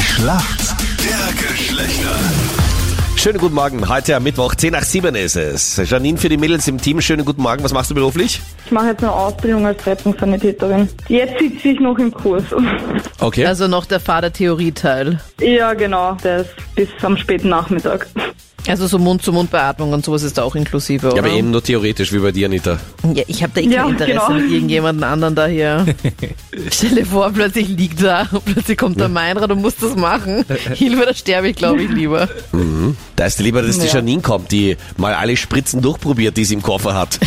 Schlacht der Geschlechter. Schönen guten Morgen. Heute am Mittwoch, 10 nach 7 ist es. Janine für die Mädels im Team. Schönen guten Morgen. Was machst du beruflich? Ich mache jetzt eine Ausbildung als Rettungssanitäterin. Jetzt sitze ich noch im Kurs. Okay. Also noch der Vatertheorieteil. ja, genau, das bis am späten Nachmittag. Also so Mund-zu-Mund-Beatmung und sowas ist da auch inklusive, oder? ja, aber eben nur theoretisch, wie bei dir, Anita. Ja, ich habe da eh kein Ja, Interesse genau. mit irgendjemandem anderen daher. Stell dir vor, plötzlich liegt da und plötzlich kommt der Meinrad und muss das machen. Hilfe, da sterbe ich, glaube ich, lieber. Da ist lieber, dass die Ja. Janine kommt, die mal alle Spritzen durchprobiert, die sie im Koffer hat.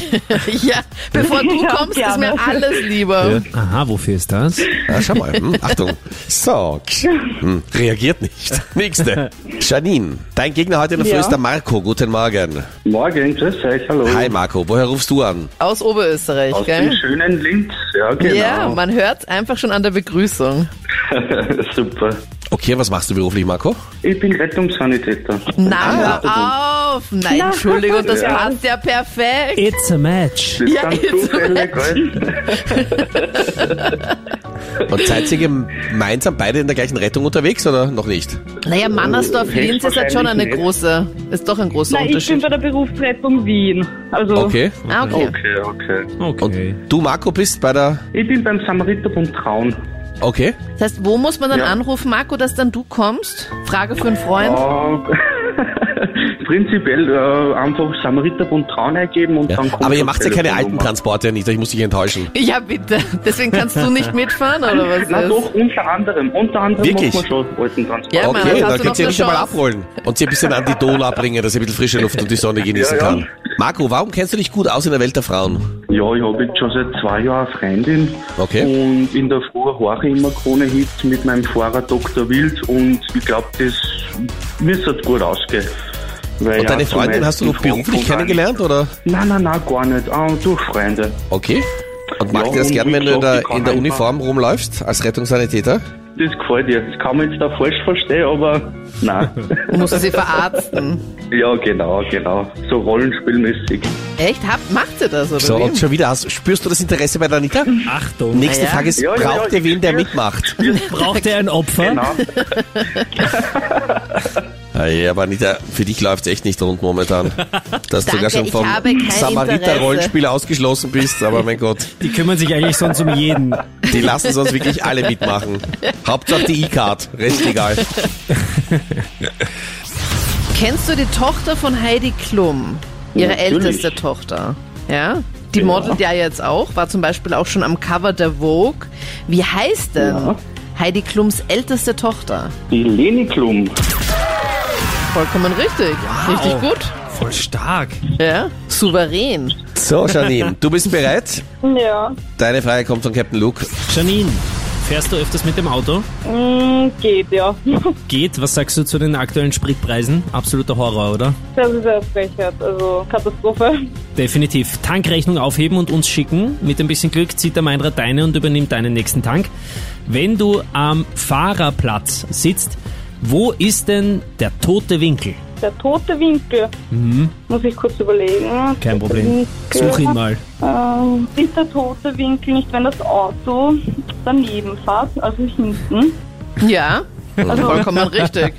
ja, bevor du Ja, kommst, ist gerne. mir alles lieber. Ja. Aha, wofür ist das? Ah, schau mal. Hm, Achtung. So. Hm, reagiert nicht. Nächste. Janine, dein Gegner heute in der Früh Ja. ist der Marco. Guten Morgen. Morgen, grüß euch, hallo. Hi Marco, woher rufst du an? Aus Oberösterreich, Aus dem gell? schönen Linz, ja genau. Ja, man hört einfach schon an der Begrüßung. Super. Okay, was machst du beruflich, Marco? Ich bin Rettungssanitäter. Ah, Na, hör auf! Nein, Entschuldigung, das Ja. passt ja perfekt. It's a match. Das Ja, sind jetzt Zufälle, gell? Und seid ihr gemeinsam beide in der gleichen Rettung unterwegs oder noch nicht? Naja, Mannersdorf-Linz ist halt schon eine große, ist doch ein großer Nein, ich bin Unterschied. bei der Berufsrettung Wien. Also Okay. Ah, okay. Okay, okay. Und Okay. du, Marco, bist bei der... Ich bin beim Samariterbund Traun. Okay. Das heißt, wo muss man dann Ja. anrufen, Marco, dass dann du kommst? Frage für einen Freund. Oh, prinzipiell äh, einfach Samariterbund Traun eingeben und Ja. dann kommt Aber ihr eine macht ja keine Telefonnummer. Altentransporte, Anita, ich muss dich enttäuschen. Ja, bitte. Deswegen kannst du nicht mitfahren, oder was Na ist? doch, unter anderem. Unter anderem Wirklich? macht man schon Altentransport. Ja, Mann, okay, jetzt hast dann du könnt noch ihr eine nicht einmal Chance. abholen und sie ein bisschen an die Donau bringen, dass ihr ein bisschen frische Luft und die Sonne genießen Ja, ja. kann. Marco, warum kennst du dich gut aus in der Welt der Frauen? Ja, ich habe jetzt schon seit zwei Jahren eine Freundin. Okay. Und in der Früh höre ich immer Krone-Hits mit meinem Fahrer Dr. Wild und ich glaube, das müsste gut ausgehen. Weil Und ja, deine so Freundin meistens hast du noch Frauen beruflich kommen. kennengelernt, oder? Nein, nein, nein, gar nicht. Ah, durch Freunde. Okay. Und mag Ja, dir das und gern, wie wenn du in gesagt, der, ich kann in der einfach- Uniform rumläufst, als Rettungssanitäter? Das gefällt dir. Das kann man jetzt da falsch verstehen, aber nein. Musst du sie verarzten. ja, genau, genau. So rollenspielmäßig. Echt? Hab, macht sie das, oder So, und wie? schon wieder hast, spürst du das Interesse bei der Anita? Achtung. Nächste Ja. Frage ist, Ja, ja, ja, braucht ihr wen, der ja. mitmacht? Braucht er ein Opfer? Genau. Ah Ja, aber Anita, für dich läuft's echt nicht rund momentan. Dass du Danke, sogar schon ich vom habe kein Samariter-Rollenspiel ausgeschlossen bist, aber mein Gott, Die kümmern sich eigentlich sonst um jeden. die lassen sonst wirklich alle mitmachen. Hauptsache die E-Card, Rest egal. Kennst du die Tochter von Heidi Klum? Ihre Natürlich. älteste Tochter. Ja? Die modelt ja jetzt auch, war zum Beispiel auch schon am Cover der Vogue. Wie heißt denn Ja. Heidi Klums älteste Tochter? Die Leniklum. Vollkommen richtig. Richtig gut. Voll stark. Ja, souverän. So, Janine, du bist bereit? ja, Deine Frage kommt von Captain Luke. Janine, fährst du öfters mit dem Auto? mm, geht ja. Geht, was sagst du zu den aktuellen Spritpreisen? Absoluter Horror, oder? Das ist ja Frechheit, also Katastrophe. Definitiv. Tankrechnung aufheben und uns schicken. Mit ein bisschen Glück zieht der Meinrad deine und übernimmt deinen nächsten Tank. Wenn du am Fahrerplatz sitzt, wo ist denn der tote Winkel? Der tote Winkel. Muss ich kurz überlegen. Mhm. Kein Problem. Winkel. Such ihn mal. Ähm, ist der tote Winkel nicht, wenn das Auto daneben fährt, also hinten? Ja, Also- vollkommen richtig.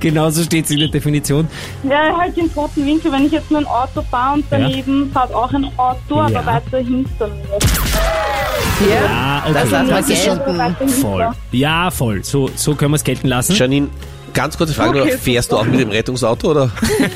Genauso steht es in der Definition. Ja, halt den toten Winkel, wenn ich jetzt mit dem Auto fahre und daneben fährt auch ein Auto, aber Ja. weiter hinter mir. Ja. Ah, okay. Das lassen wir ist schon gelten. Also weiter hinter. voll. Ja, voll. So, so können wir es gelten lassen. Janine, ganz kurze Frage, Okay, nur, fährst du auch mit dem Rettungsauto, oder?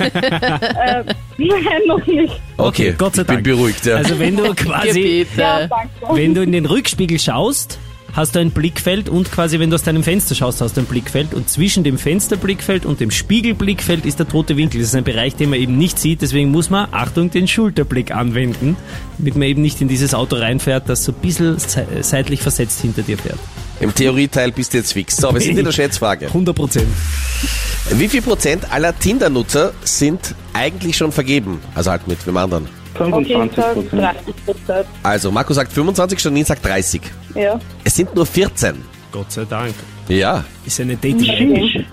Nein, noch nicht. Okay, Gott sei ich bin Dank. beruhigt, ja. Also wenn du quasi, Ja, Gebete. danke. wenn du in den Rückspiegel schaust, hast du ein Blickfeld und quasi, wenn du aus deinem Fenster schaust, hast du ein Blickfeld und zwischen dem Fensterblickfeld und dem Spiegelblickfeld ist der tote Winkel. Das ist ein Bereich, den man eben nicht sieht, deswegen muss man, Achtung, den Schulterblick anwenden, damit man eben nicht in dieses Auto reinfährt, das so ein bisschen se- seitlich versetzt hinter dir fährt. Im Theorieteil bist du jetzt fix. So, wir sind in der Schätzfrage. 100 Prozent. Wie viel Prozent aller Tinder-Nutzer sind eigentlich schon vergeben? Also halt mit wem anderen. Okay, ich 25 sage Prozent. 30 Prozent. Also, Marco sagt 25, Janine sagt 30. Ja. Es sind nur 14. Gott sei Dank. Ja. Ist eine Dating-App.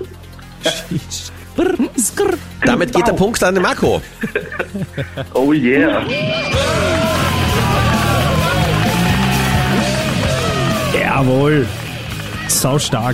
Brr, skrr. Damit geht der Punkt an den Marco. Oh yeah. Jawohl. Sau stark.